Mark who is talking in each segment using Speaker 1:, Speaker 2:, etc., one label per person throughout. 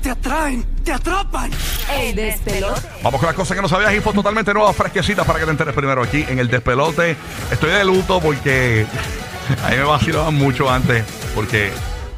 Speaker 1: Te atraen, te atrapan.
Speaker 2: El despelote.
Speaker 3: Vamos con las cosas que no sabías, info totalmente nuevas, fresquecitas para que te enteres primero aquí en el despelote. Estoy de luto porque a mí me vacilaban mucho antes, porque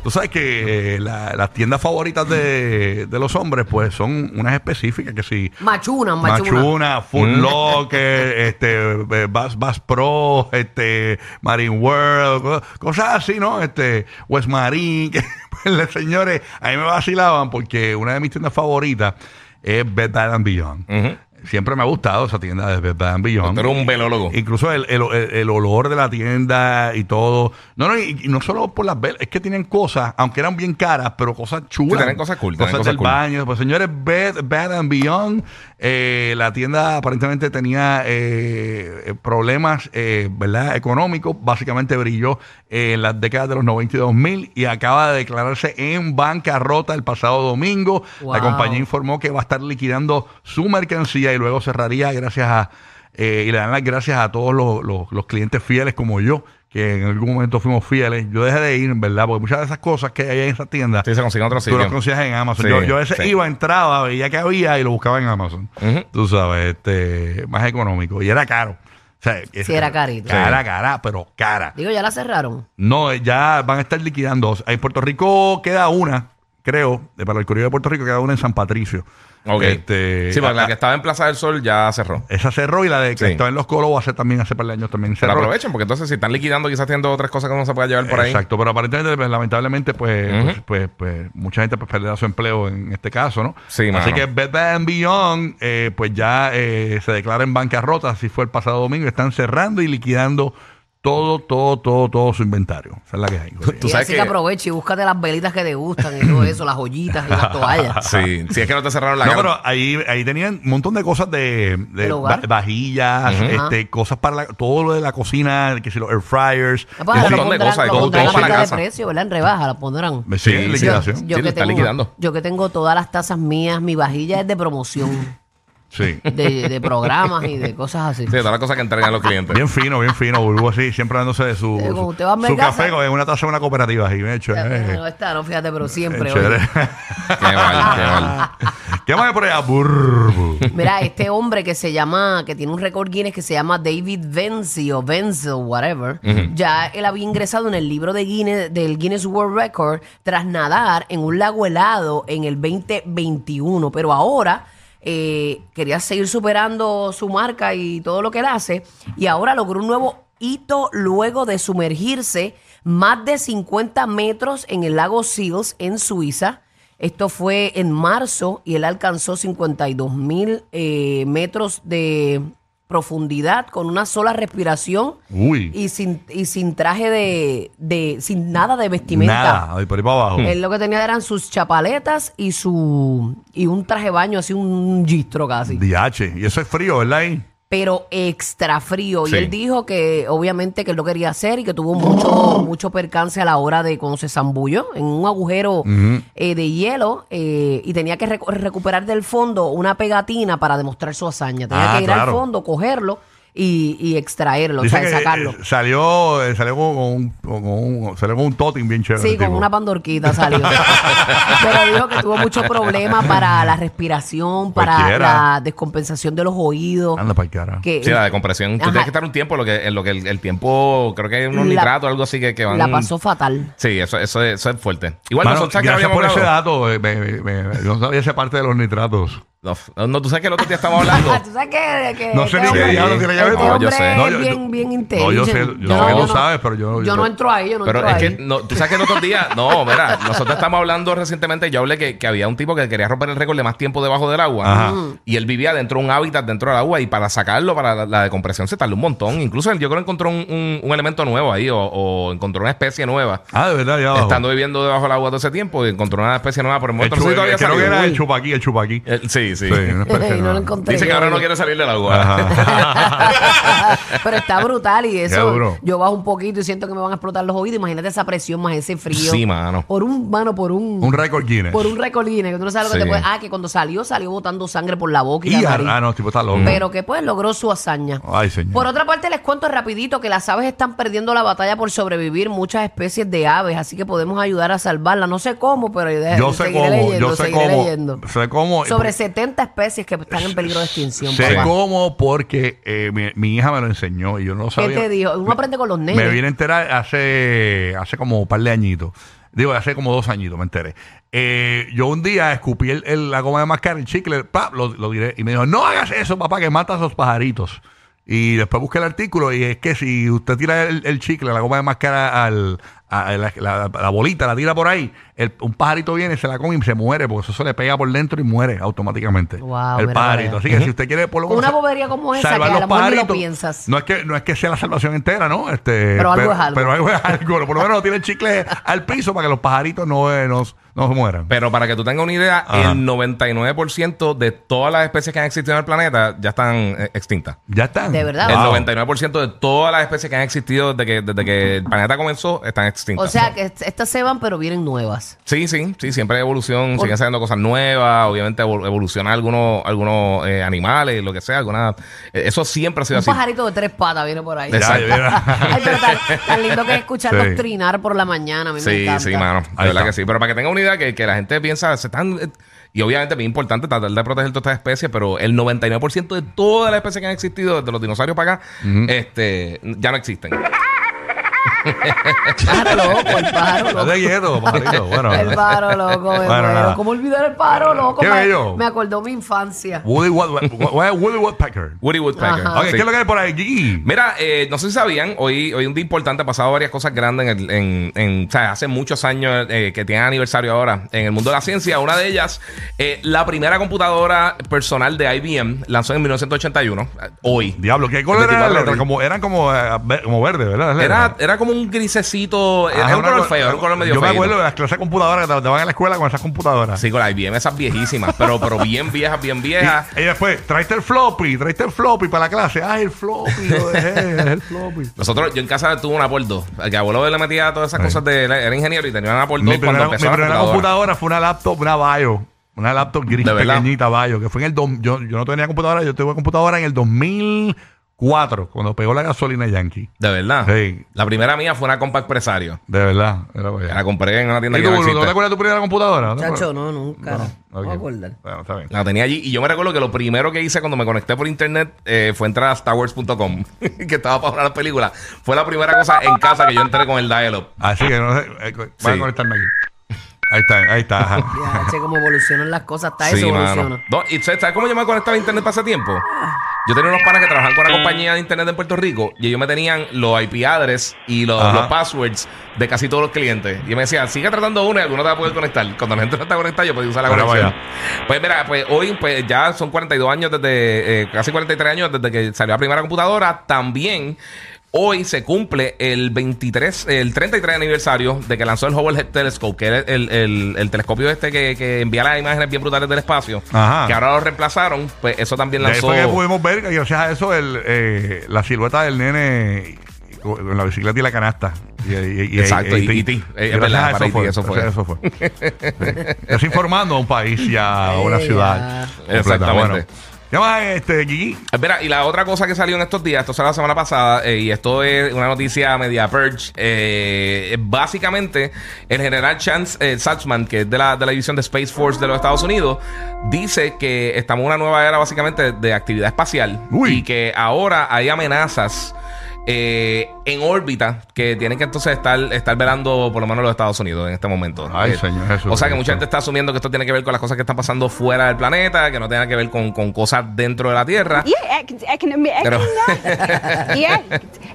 Speaker 3: tú sabes que eh, la- las tiendas favoritas de, de los hombres, pues son unas específicas que si
Speaker 4: Machuna, machuna.
Speaker 3: Machuna, Food Locker, este, eh, Bass, Bass Pro, este, Marine World, co- cosas así, ¿no? Este, West Marine, que, pues, les- señores, a mí me vacilaban porque una de mis tiendas favoritas es Bed Bath and Beyond. Siempre me ha gustado esa tienda de Bed Bath and Beyond.
Speaker 5: Tú eres un velólogo.
Speaker 3: Incluso el, el- el- el olor de la tienda y todo. No, no, y, y no solo por las velas, es que tienen cosas, aunque eran bien caras, pero cosas chulas.
Speaker 5: Sí, tienen cosas cool, tienen cosas
Speaker 3: del
Speaker 5: cool.
Speaker 3: baño. Pues señores, Bed, Bad and Beyond, eh, la tienda aparentemente tenía eh, eh, problemas, eh, ¿verdad?, económicos. Básicamente brilló eh, en las décadas de los 92 mil y acaba de declararse en bancarrota el pasado domingo. La
Speaker 4: Wow.
Speaker 3: compañía informó que va a estar liquidando su mercancía y luego cerraría gracias a eh, y le dan las gracias a todos los, los- los clientes fieles como yo que en algún momento fuimos fieles yo dejé de ir verdad porque muchas de esas cosas que hay en esas tiendas
Speaker 5: Sí, se consigue en otro
Speaker 3: tú
Speaker 5: sitio.
Speaker 3: las conseguías en Amazon
Speaker 5: Sí,
Speaker 3: yo, yo a veces
Speaker 5: sí.
Speaker 3: iba entraba veía que había y lo buscaba en Amazon
Speaker 5: Ujú.
Speaker 3: tú sabes este más económico y era caro o sea, es-
Speaker 4: Sí, era carito.
Speaker 3: cara cara pero cara
Speaker 4: Digo, ya la cerraron.
Speaker 3: no, eh, ya van a estar liquidando. En Puerto Rico queda una, creo, de- para el Correo de Puerto Rico queda una en San Patricio.
Speaker 5: Ok.
Speaker 3: Este,
Speaker 5: sí, pero la
Speaker 3: ah,
Speaker 5: que estaba en Plaza del Sol ya cerró.
Speaker 3: Esa cerró y la de que
Speaker 5: Sí.
Speaker 3: estaba en Los Colos hace también hace par de años también
Speaker 5: Pero
Speaker 3: cerró.
Speaker 5: aprovechen, porque entonces si están liquidando, quizás haciendo otras cosas que no se pueda llevar por ahí.
Speaker 3: Exacto, pero aparentemente, pues, lamentablemente, pues,
Speaker 5: Ujú.
Speaker 3: pues, pues, pues, mucha gente pues, perderá su empleo en este caso, ¿no?
Speaker 5: Sí,
Speaker 3: Así
Speaker 5: mano.
Speaker 3: que Bed Bath and Beyond, eh, pues ya eh, se declara en bancarrota, así fue el pasado domingo, están cerrando y liquidando todo, todo, todo, todo su inventario. Esa es la que hay.
Speaker 5: Tú
Speaker 4: Y
Speaker 5: sabes
Speaker 4: así que...
Speaker 5: que-
Speaker 4: aproveche y búscate las velitas que te gustan y todo eso, las joyitas y las toallas.
Speaker 5: Sí, si es que no te cerraron la
Speaker 3: No,
Speaker 5: cara.
Speaker 3: pero ahí, ahí tenían un montón de cosas de, de
Speaker 4: Del hogar.
Speaker 3: va- vajillas,
Speaker 5: Ujú.
Speaker 3: este, cosas para la- todo lo de la cocina, que si los air fryers.
Speaker 4: Ah, pues,
Speaker 5: Un
Speaker 4: ahora
Speaker 5: montón de
Speaker 4: pondrán-
Speaker 5: cosas,
Speaker 4: lo
Speaker 5: todo-
Speaker 4: pondrán
Speaker 5: todo
Speaker 4: a
Speaker 5: para
Speaker 4: mitad
Speaker 5: casa.
Speaker 4: de precio, ¿verdad? En rebaja la pondrán.
Speaker 3: Me siguen
Speaker 5: Sí,
Speaker 3: en
Speaker 5: sí.
Speaker 3: liquidación. Sí.
Speaker 4: Yo,
Speaker 5: Sí, lo
Speaker 4: que
Speaker 5: están
Speaker 4: tengo,
Speaker 5: liquidando.
Speaker 4: yo que tengo todas las tazas mías, mi vajilla es de promoción, de, de programas y de cosas así.
Speaker 5: Sí, todas las cosas que entregan los clientes.
Speaker 3: Bien fino, bien fino, Burbu así, siempre dándose de su,
Speaker 4: Sí, como
Speaker 3: su,
Speaker 4: usted va a
Speaker 3: su
Speaker 4: mi casa.
Speaker 3: café con una taza de una cooperativa. Así, bien
Speaker 4: O sea,
Speaker 3: chévere,
Speaker 4: No está, no fíjate, pero siempre.
Speaker 3: bien
Speaker 4: oye.
Speaker 3: chévere.
Speaker 5: Qué mal, qué
Speaker 4: Ah.
Speaker 5: mal.
Speaker 3: ¿Qué más hay por allá? Burbu.
Speaker 4: Mira, este hombre que se llama, que tiene un récord Guinness que se llama David Venzi o Venzel, whatever, ya él había ingresado en el libro de Guinness, del Guinness World Record tras nadar en un lago helado en el 2021. Pero ahora eh, quería seguir superando su marca y todo lo que él hace. Y ahora logró un nuevo hito luego de sumergirse más de 50 metros en el lago Seals en Suiza. Esto fue en marzo y él alcanzó 52 mil eh, metros de profundidad con una sola respiración
Speaker 3: Uy.
Speaker 4: y sin, y sin traje de, de- sin nada de vestimenta.
Speaker 3: Nada, ahí por ahí para abajo.
Speaker 4: Él lo que tenía eran sus chapaletas y su y un traje de baño, así un gistro casi
Speaker 3: DH. Y eso es frío, ¿verdad? ahí?
Speaker 4: pero extra frío.
Speaker 5: Sí.
Speaker 4: Y él dijo que obviamente que él lo quería hacer y que tuvo
Speaker 3: ¡Oh!
Speaker 4: mucho, mucho percance a la hora de cuando se zambulló en un agujero eh, de hielo eh, y tenía que recu- recuperar del fondo una pegatina para demostrar su hazaña. Tenía
Speaker 3: Ah,
Speaker 4: que ir
Speaker 3: claro.
Speaker 4: al fondo, cogerlo y, y extraerlo,
Speaker 3: Dice
Speaker 4: o sea,
Speaker 3: que, eh,
Speaker 4: sacarlo.
Speaker 3: salió, eh, salió con un, con un, salió con un totem bien chévere.
Speaker 4: Sí, con
Speaker 3: eh, tipo.
Speaker 4: una pandorquita salió. Pero dijo que tuvo muchos problemas para la respiración, para
Speaker 3: Cualquiera.
Speaker 4: la descompensación de los oídos.
Speaker 3: Anda para el cara.
Speaker 4: que-
Speaker 5: Sí, la de compresión. Tú
Speaker 4: Ajá.
Speaker 5: tienes que estar un tiempo, lo que, en lo que el, el tiempo, creo que hay unos
Speaker 4: La-
Speaker 5: nitratos o algo así que, que van.
Speaker 4: La pasó fatal.
Speaker 5: Sí, eso, eso, es- eso es fuerte. Igual
Speaker 3: Mano,
Speaker 5: nosotros que no
Speaker 3: gracias
Speaker 5: habíamos
Speaker 3: por ese
Speaker 5: hablado.
Speaker 3: dato. eh, me- me- me- yo no sabía esa parte de los nitratos.
Speaker 5: No, no, no, tú sabes que el otro día estamos hablando.
Speaker 4: Ah, ¿Tú sabes que, que
Speaker 3: No sé
Speaker 4: este
Speaker 3: ni
Speaker 4: hombre-
Speaker 3: qué diablo tiene que ver.
Speaker 4: este
Speaker 5: No, yo
Speaker 4: hombre
Speaker 5: sé.
Speaker 4: es
Speaker 3: No, yo-
Speaker 4: bien,
Speaker 3: yo-
Speaker 4: bien
Speaker 3: no, yo sé,
Speaker 4: inteligente.
Speaker 3: yo sé que tú sabes, pero yo-
Speaker 4: Yo
Speaker 3: yo-
Speaker 4: no entro ahí, yo no
Speaker 5: Pero
Speaker 4: entro
Speaker 5: es
Speaker 4: ahí.
Speaker 5: que no, tú sabes que el otro día, no, mira, nosotros estamos hablando recientemente, yo hablé que, que había un tipo que quería romper el récord de más tiempo debajo del agua
Speaker 3: Ajá.
Speaker 5: y él vivía dentro de un hábitat dentro del agua y para sacarlo, para la, la decompresión se tardó un montón. Incluso él, yo creo que encontró un, un- un elemento nuevo ahí o, o encontró una especie nueva.
Speaker 3: Ah, de verdad, ya abajo.
Speaker 5: Estando viviendo debajo del agua todo ese tiempo y encontró una especie nueva, por el
Speaker 3: el
Speaker 5: momento no sé
Speaker 3: chupa,
Speaker 5: si todavía
Speaker 3: creo que
Speaker 5: salió.
Speaker 3: era el
Speaker 5: Uy.
Speaker 3: chupaquí, el chupaquí.
Speaker 5: Eh, sí, sí.
Speaker 3: Sí, una
Speaker 4: eh, no
Speaker 3: especie
Speaker 4: lo
Speaker 3: nueva.
Speaker 4: encontré.
Speaker 5: Dice que
Speaker 4: yo.
Speaker 5: ahora no quiere salir del agua.
Speaker 3: Ajá.
Speaker 4: Pero está brutal y
Speaker 3: Qué
Speaker 4: eso.
Speaker 3: duro.
Speaker 4: Yo bajo un poquito y siento que me van a explotar los oídos. Imagínate esa presión más ese frío.
Speaker 5: Sí, mano.
Speaker 4: Por un, mano, por un.
Speaker 3: Un récord Guinness.
Speaker 4: por un recolín, que tú no sabes lo que
Speaker 5: Sí.
Speaker 4: te puede. Ah, que cuando salió, salió botando sangre por la boca y,
Speaker 3: Y
Speaker 4: la
Speaker 3: ah,
Speaker 4: nariz.
Speaker 3: ah, no, tipo está loco.
Speaker 4: Pero que pues logró su hazaña.
Speaker 3: Ay, señor.
Speaker 4: Por otra parte, les cuento rapidito que las aves están perdiendo la batalla por sobrevivir muchas especies de aves, así que podemos ayudar a salvarlas. No sé cómo, pero de-
Speaker 3: yo sé
Speaker 4: seguiré
Speaker 3: cómo,
Speaker 4: leyendo,
Speaker 3: yo sé
Speaker 4: seguiré
Speaker 3: cómo,
Speaker 4: leyendo.
Speaker 3: sé cómo.
Speaker 4: Sobre 70 especies que están en peligro de extinción.
Speaker 3: Sé
Speaker 4: papá.
Speaker 3: cómo porque eh, mi, mi hija me lo enseñó y yo no lo
Speaker 4: ¿Qué
Speaker 3: sabía.
Speaker 4: te dijo? Uno aprende con los
Speaker 3: Me vine
Speaker 4: nenes.
Speaker 3: a enterar hace, hace como un par de añitos. Digo, hace como dos añitos me enteré. Eh, yo un día escupí el, el- la goma de mascar, el chicle, ¡plap! lo, lo diré. Y me dijo, no hagas eso, papá, que mata a esos pajaritos. Y después busqué el artículo y es que si usted tira el, el chicle, la goma de mascara, al, a- a la, la- la bolita, la tira por ahí, el- un pajarito viene, se la come y se muere, porque eso se le pega por dentro y muere automáticamente.
Speaker 4: Guau,
Speaker 3: el
Speaker 4: mira,
Speaker 3: pajarito.
Speaker 4: vaya.
Speaker 3: Así que si usted quiere por lo
Speaker 4: Una
Speaker 3: sa-
Speaker 4: bobería como esa,
Speaker 3: salvar
Speaker 4: que a
Speaker 3: los
Speaker 4: lo mejor ni lo
Speaker 3: pajaritos,
Speaker 4: piensas.
Speaker 3: no es que no es que sea la salvación entera, ¿no? Este,
Speaker 4: Pero algo es algo.
Speaker 3: Pero algo es algo. Por lo menos no tienen chicle al piso para que los pajaritos no, eh, no, no se mueran.
Speaker 5: Pero para que tú tengas una idea,
Speaker 3: Ajá.
Speaker 5: el 99% de todas las especies que han existido en el planeta ya están eh, extintas.
Speaker 3: ya están.
Speaker 4: De verdad.
Speaker 5: El
Speaker 4: Ah, Wow.
Speaker 5: 99% de todas las especies que han existido desde que, desde que el planeta comenzó están extintas.
Speaker 4: O sea que est- estas se van, pero vienen nuevas.
Speaker 5: Sí, sí, sí, siempre hay evolución, siguen saliendo cosas nuevas, obviamente evol- evolucionan algunos, algunos eh, animales, lo que sea, alguna, eh, eso siempre ha sido
Speaker 4: Un
Speaker 5: así.
Speaker 4: pajarito de tres patas viene por ahí.
Speaker 3: Ya,
Speaker 5: Exacto.
Speaker 3: ya, ya.
Speaker 4: Ay, pero tan, tan lindo que es escucharlos
Speaker 3: Sí.
Speaker 4: trinar por la mañana. A mí me
Speaker 5: Sí,
Speaker 4: encanta.
Speaker 5: sí, mano. De
Speaker 3: Ahí
Speaker 5: verdad
Speaker 3: está.
Speaker 5: que sí. Pero para que tengan una idea, que, que la gente piensa, se están. eh, Y obviamente es bien importante tratar de proteger todas estas especies, pero el 99% de todas las especies que han existido, desde los dinosaurios para acá, este, ya no existen.
Speaker 4: Pájaro loco, el pájaro
Speaker 3: No
Speaker 4: loco.
Speaker 3: te quieto, pajarito. Bueno.
Speaker 4: El pájaro loco, me
Speaker 3: Bueno,
Speaker 4: muero.
Speaker 3: nada.
Speaker 4: ¿Cómo olvidar el pájaro loco?
Speaker 3: Qué
Speaker 4: me,
Speaker 3: bello.
Speaker 4: me acordó mi infancia.
Speaker 3: Woody, Wood- Wood- Wood- Woody Woodpecker.
Speaker 5: Woody Woodpecker.
Speaker 4: Ajá.
Speaker 3: Ok,
Speaker 5: Sí.
Speaker 3: ¿qué es lo que hay por ahí? Gigi?
Speaker 5: Mira, eh, no sé si sabían, hoy, hoy un día importante, ha pasado varias cosas grandes en, el- en- en- o sea, hace muchos años eh, que tienen aniversario ahora en el mundo de la ciencia. Una de ellas, eh, la primera computadora personal de IBM lanzó en 1981, eh, hoy.
Speaker 3: Diablo, ¿qué color era
Speaker 5: 24
Speaker 3: la letra?
Speaker 5: abril.
Speaker 3: Como, eran como, eh, ve- como verde, ¿verdad? Las
Speaker 5: Era,
Speaker 3: letras.
Speaker 5: era como un grisecito,
Speaker 3: Ajá,
Speaker 5: era un
Speaker 3: una
Speaker 5: color
Speaker 3: co-
Speaker 5: feo, era un color medio
Speaker 3: Yo
Speaker 5: feo.
Speaker 3: me acuerdo de las clases de computadora que te van a la escuela con esas computadoras.
Speaker 5: Sí, con las IBM esas viejísimas, pero, pero bien viejas, bien viejas.
Speaker 3: Y, y después, traiste el floppy, traiste el floppy para la clase. Ay, el floppy, lo dejé, el floppy.
Speaker 5: Nosotros, yo en casa tuve un Apple II. El que abuelo le metía todas esas
Speaker 3: Sí.
Speaker 5: cosas de... Era ingeniero y tenía un Apple II
Speaker 3: Mi
Speaker 5: cuando
Speaker 3: primera, mi
Speaker 5: empezó la
Speaker 3: primera computadora.
Speaker 5: computadora.
Speaker 3: fue una laptop, una Bio. Una laptop gris
Speaker 5: ¿De verdad?
Speaker 3: pequeñita Bio, que fue en el... dos- Yo, yo no tenía computadora, yo tuve computadora en el 2004, cuando pegó la gasolina Yankee.
Speaker 5: De verdad.
Speaker 3: Sí.
Speaker 5: La primera mía fue una Compact Presario.
Speaker 3: De verdad. Era
Speaker 5: Que
Speaker 3: bella.
Speaker 5: La compré en una tienda
Speaker 3: ¿Y
Speaker 5: que
Speaker 3: tú,
Speaker 5: no
Speaker 3: Bruno, no,
Speaker 5: existe.
Speaker 3: te acuerdas de tu primera computadora? ¿No te
Speaker 4: Chacho,
Speaker 3: acuerdas?
Speaker 4: no, nunca. No,
Speaker 3: Ok.
Speaker 4: me acordar.
Speaker 3: Bueno, está bien.
Speaker 5: La tenía allí. Y yo me recuerdo que lo primero que hice cuando me conecté por internet eh, fue entrar a starwars.com, que estaba para una película. Fue la primera cosa en casa que yo entré con el dial-up.
Speaker 3: Así que no sé... eh, co- Voy a
Speaker 5: Sí.
Speaker 3: conectarme aquí. Ahí está, ahí está. ajá.
Speaker 4: Ya, che, cómo evolucionan las cosas. Hasta eso
Speaker 5: mano.
Speaker 4: evoluciona.
Speaker 5: No, y ¿sabes sabes cómo yo me conectaba a internet para ese tiempo? Yo tenía unos panas que trabajaban con una compañía de internet en Puerto Rico y ellos me tenían los IP address y los,
Speaker 3: Ajá.
Speaker 5: los passwords de casi todos los clientes. Y me decían, sigue tratando uno y alguno te va a poder conectar. Cuando la gente no está conectada, yo podía usar la
Speaker 3: Mira
Speaker 5: conexión. Pues mira, pues hoy pues, ya son 42 años desde, eh, casi 43 años desde que salió la primera computadora. También hoy se cumple el 23, el 33 aniversario de que lanzó el Hubble Telescope, que es el, el- el telescopio este que, que envía las imágenes bien brutales del espacio.
Speaker 3: Ajá.
Speaker 5: Que ahora lo reemplazaron, pues eso también
Speaker 3: De ahí
Speaker 5: lanzó.
Speaker 3: fue que pudimos ver, que gracias a eso, el, eh, la silueta del nene con la bicicleta y la canasta. Y, y- y-
Speaker 5: Exacto, y- y- y-
Speaker 3: Gracias
Speaker 5: es verdad,
Speaker 3: a
Speaker 5: para
Speaker 3: eso fue.
Speaker 5: E.T., eso fue.
Speaker 3: gracias a eso fue. Sí. Es informando a un país y a una
Speaker 4: Sí,
Speaker 3: ciudad.
Speaker 4: ya.
Speaker 3: completa.
Speaker 5: Exactamente.
Speaker 3: Bueno, ¿Qué más, este, Gigi?
Speaker 5: Ah, Mira, y la otra cosa que salió en estos días, esto salió la semana pasada, eh, y esto es una noticia media purge. eh, básicamente, el general Chance eh, Saltzman, que es de la, de la división de Space Force de los Estados Unidos, dice que estamos en una nueva era básicamente de actividad espacial
Speaker 3: Uy.
Speaker 5: y que ahora hay amenazas. eh, en órbita que tienen que entonces estar, estar velando por lo menos los Estados Unidos en este momento.
Speaker 3: Ay, Señor Jesús.
Speaker 5: O sea que mucha gente está asumiendo que esto tiene que ver con las cosas que están pasando fuera del planeta, que no tenga que ver con, con cosas dentro de la Tierra.
Speaker 2: Yeah, I can, I can admit.
Speaker 5: Pero-
Speaker 2: yeah,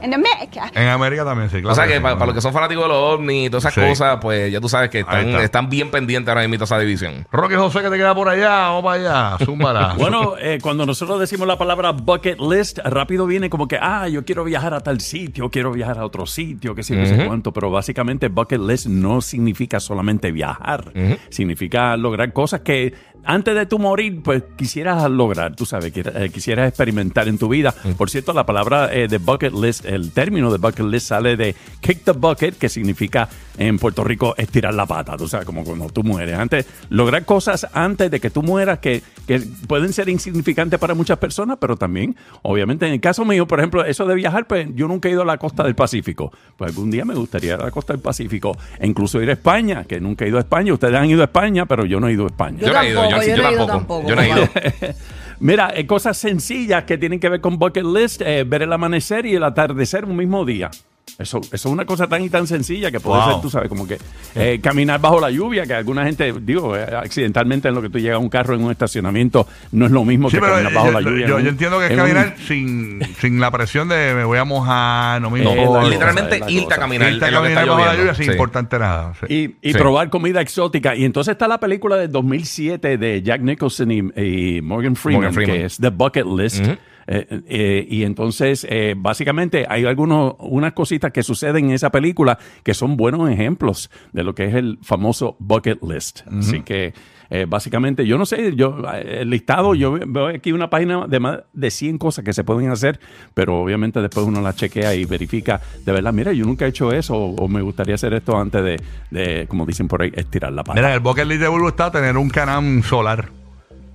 Speaker 2: in America.
Speaker 3: En América también, sí, claro.
Speaker 5: o sea que
Speaker 3: sí,
Speaker 5: pa- para,
Speaker 3: ¿no?
Speaker 5: los que son fanáticos de los ovnis y todas esas
Speaker 3: Sí.
Speaker 5: cosas, pues ya tú sabes que
Speaker 3: Ahí
Speaker 5: están,
Speaker 3: está.
Speaker 5: están bien pendientes ahora mismo de esa división.
Speaker 3: Roque José, que te queda por allá, o para allá, zúmbala.
Speaker 6: Bueno, eh, cuando nosotros decimos la palabra bucket list, rápido viene como que, ah, yo quiero viajar a tal sitio, quiero viajar a otro sitio, que sé yo, qué sé cuánto, pero básicamente bucket list no significa solamente viajar, significa lograr cosas que antes de tu morir, pues quisieras lograr, tú sabes, que, eh, quisieras experimentar en tu vida. Por cierto, la palabra eh, de bucket list, el término de bucket list sale de kick the bucket, que significa en Puerto Rico estirar la pata, tú sabes, como cuando tú mueres. Antes, lograr cosas antes de que tú mueras que, que pueden ser insignificantes para muchas personas, pero también, obviamente, en el caso mío, por ejemplo, eso de viajar, pues yo nunca he ido a la costa del Pacífico. Pues algún día me gustaría ir a la costa del Pacífico e incluso ir a España, que nunca he ido a España. Ustedes han ido a España, pero yo no he ido a España.
Speaker 4: Yo tampoco, yo no he ido tampoco,
Speaker 5: Yo no he ido.
Speaker 6: Mira, eh, cosas sencillas que tienen que ver con bucket list, eh, ver el amanecer y el atardecer un mismo día. Eso, eso es una cosa tan y tan sencilla que puede
Speaker 3: Wow.
Speaker 6: ser, tú sabes, como que eh, caminar bajo la lluvia, que alguna gente, digo, eh, accidentalmente en lo que tú llegas a un carro en un estacionamiento, no es lo mismo
Speaker 3: Sí,
Speaker 6: que
Speaker 3: pero eh,
Speaker 6: caminar bajo la
Speaker 3: yo,
Speaker 6: lluvia.
Speaker 3: yo-
Speaker 6: en
Speaker 3: yo
Speaker 6: un-
Speaker 3: entiendo que es
Speaker 6: en un-
Speaker 3: caminar sin, sin la presión de me voy a mojar, no me
Speaker 6: No,
Speaker 3: importa.
Speaker 6: la-
Speaker 5: Literalmente
Speaker 6: es la
Speaker 5: irte a
Speaker 6: cosa.
Speaker 5: caminar.
Speaker 3: Irte a
Speaker 5: en lo que está
Speaker 3: caminar bajo la
Speaker 5: lloviendo.
Speaker 3: lluvia sin
Speaker 5: Sí.
Speaker 3: importarte nada. sí.
Speaker 6: Y, y
Speaker 5: Sí.
Speaker 6: probar comida exótica. Y entonces está la película de 2007 de Jack Nicholson y, y Morgan, Freeman,
Speaker 5: Morgan Freeman.
Speaker 6: que es The Bucket List. Eh, eh, y entonces, eh, básicamente, hay algunos, unas cositas que suceden en esa película que son buenos ejemplos de lo que es el famoso bucket list. Así que, eh, básicamente, yo no sé, yo eh, el listado, yo veo aquí una página de más de 100 cosas que se pueden hacer, pero obviamente después uno las chequea y verifica, de verdad, mira, yo nunca he hecho eso o, o me gustaría hacer esto antes de, de, como dicen por ahí, estirar la pata.
Speaker 3: Mira, el bucket list de Bulbo está tener un canam solar.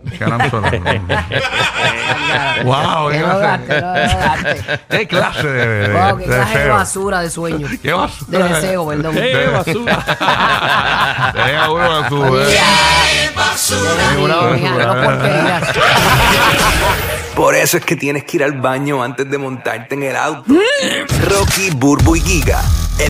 Speaker 3: Un Canam solar. wow,
Speaker 4: Te
Speaker 3: qué
Speaker 4: lo daste,
Speaker 3: clase,
Speaker 4: te lo daste.
Speaker 3: qué clase de, de,
Speaker 4: Wow, qué
Speaker 3: de
Speaker 4: clase de
Speaker 3: deseo.
Speaker 4: basura de sueño.
Speaker 3: Qué basura.
Speaker 4: De deseo, perdón.
Speaker 6: ¡Eh, basura!
Speaker 3: Deja uno a su- eh,
Speaker 4: Ninguna basura. No porquerías.
Speaker 1: Por eso es que tienes que ir al baño antes de montarte en el auto. Rocky, Burbu y Giga.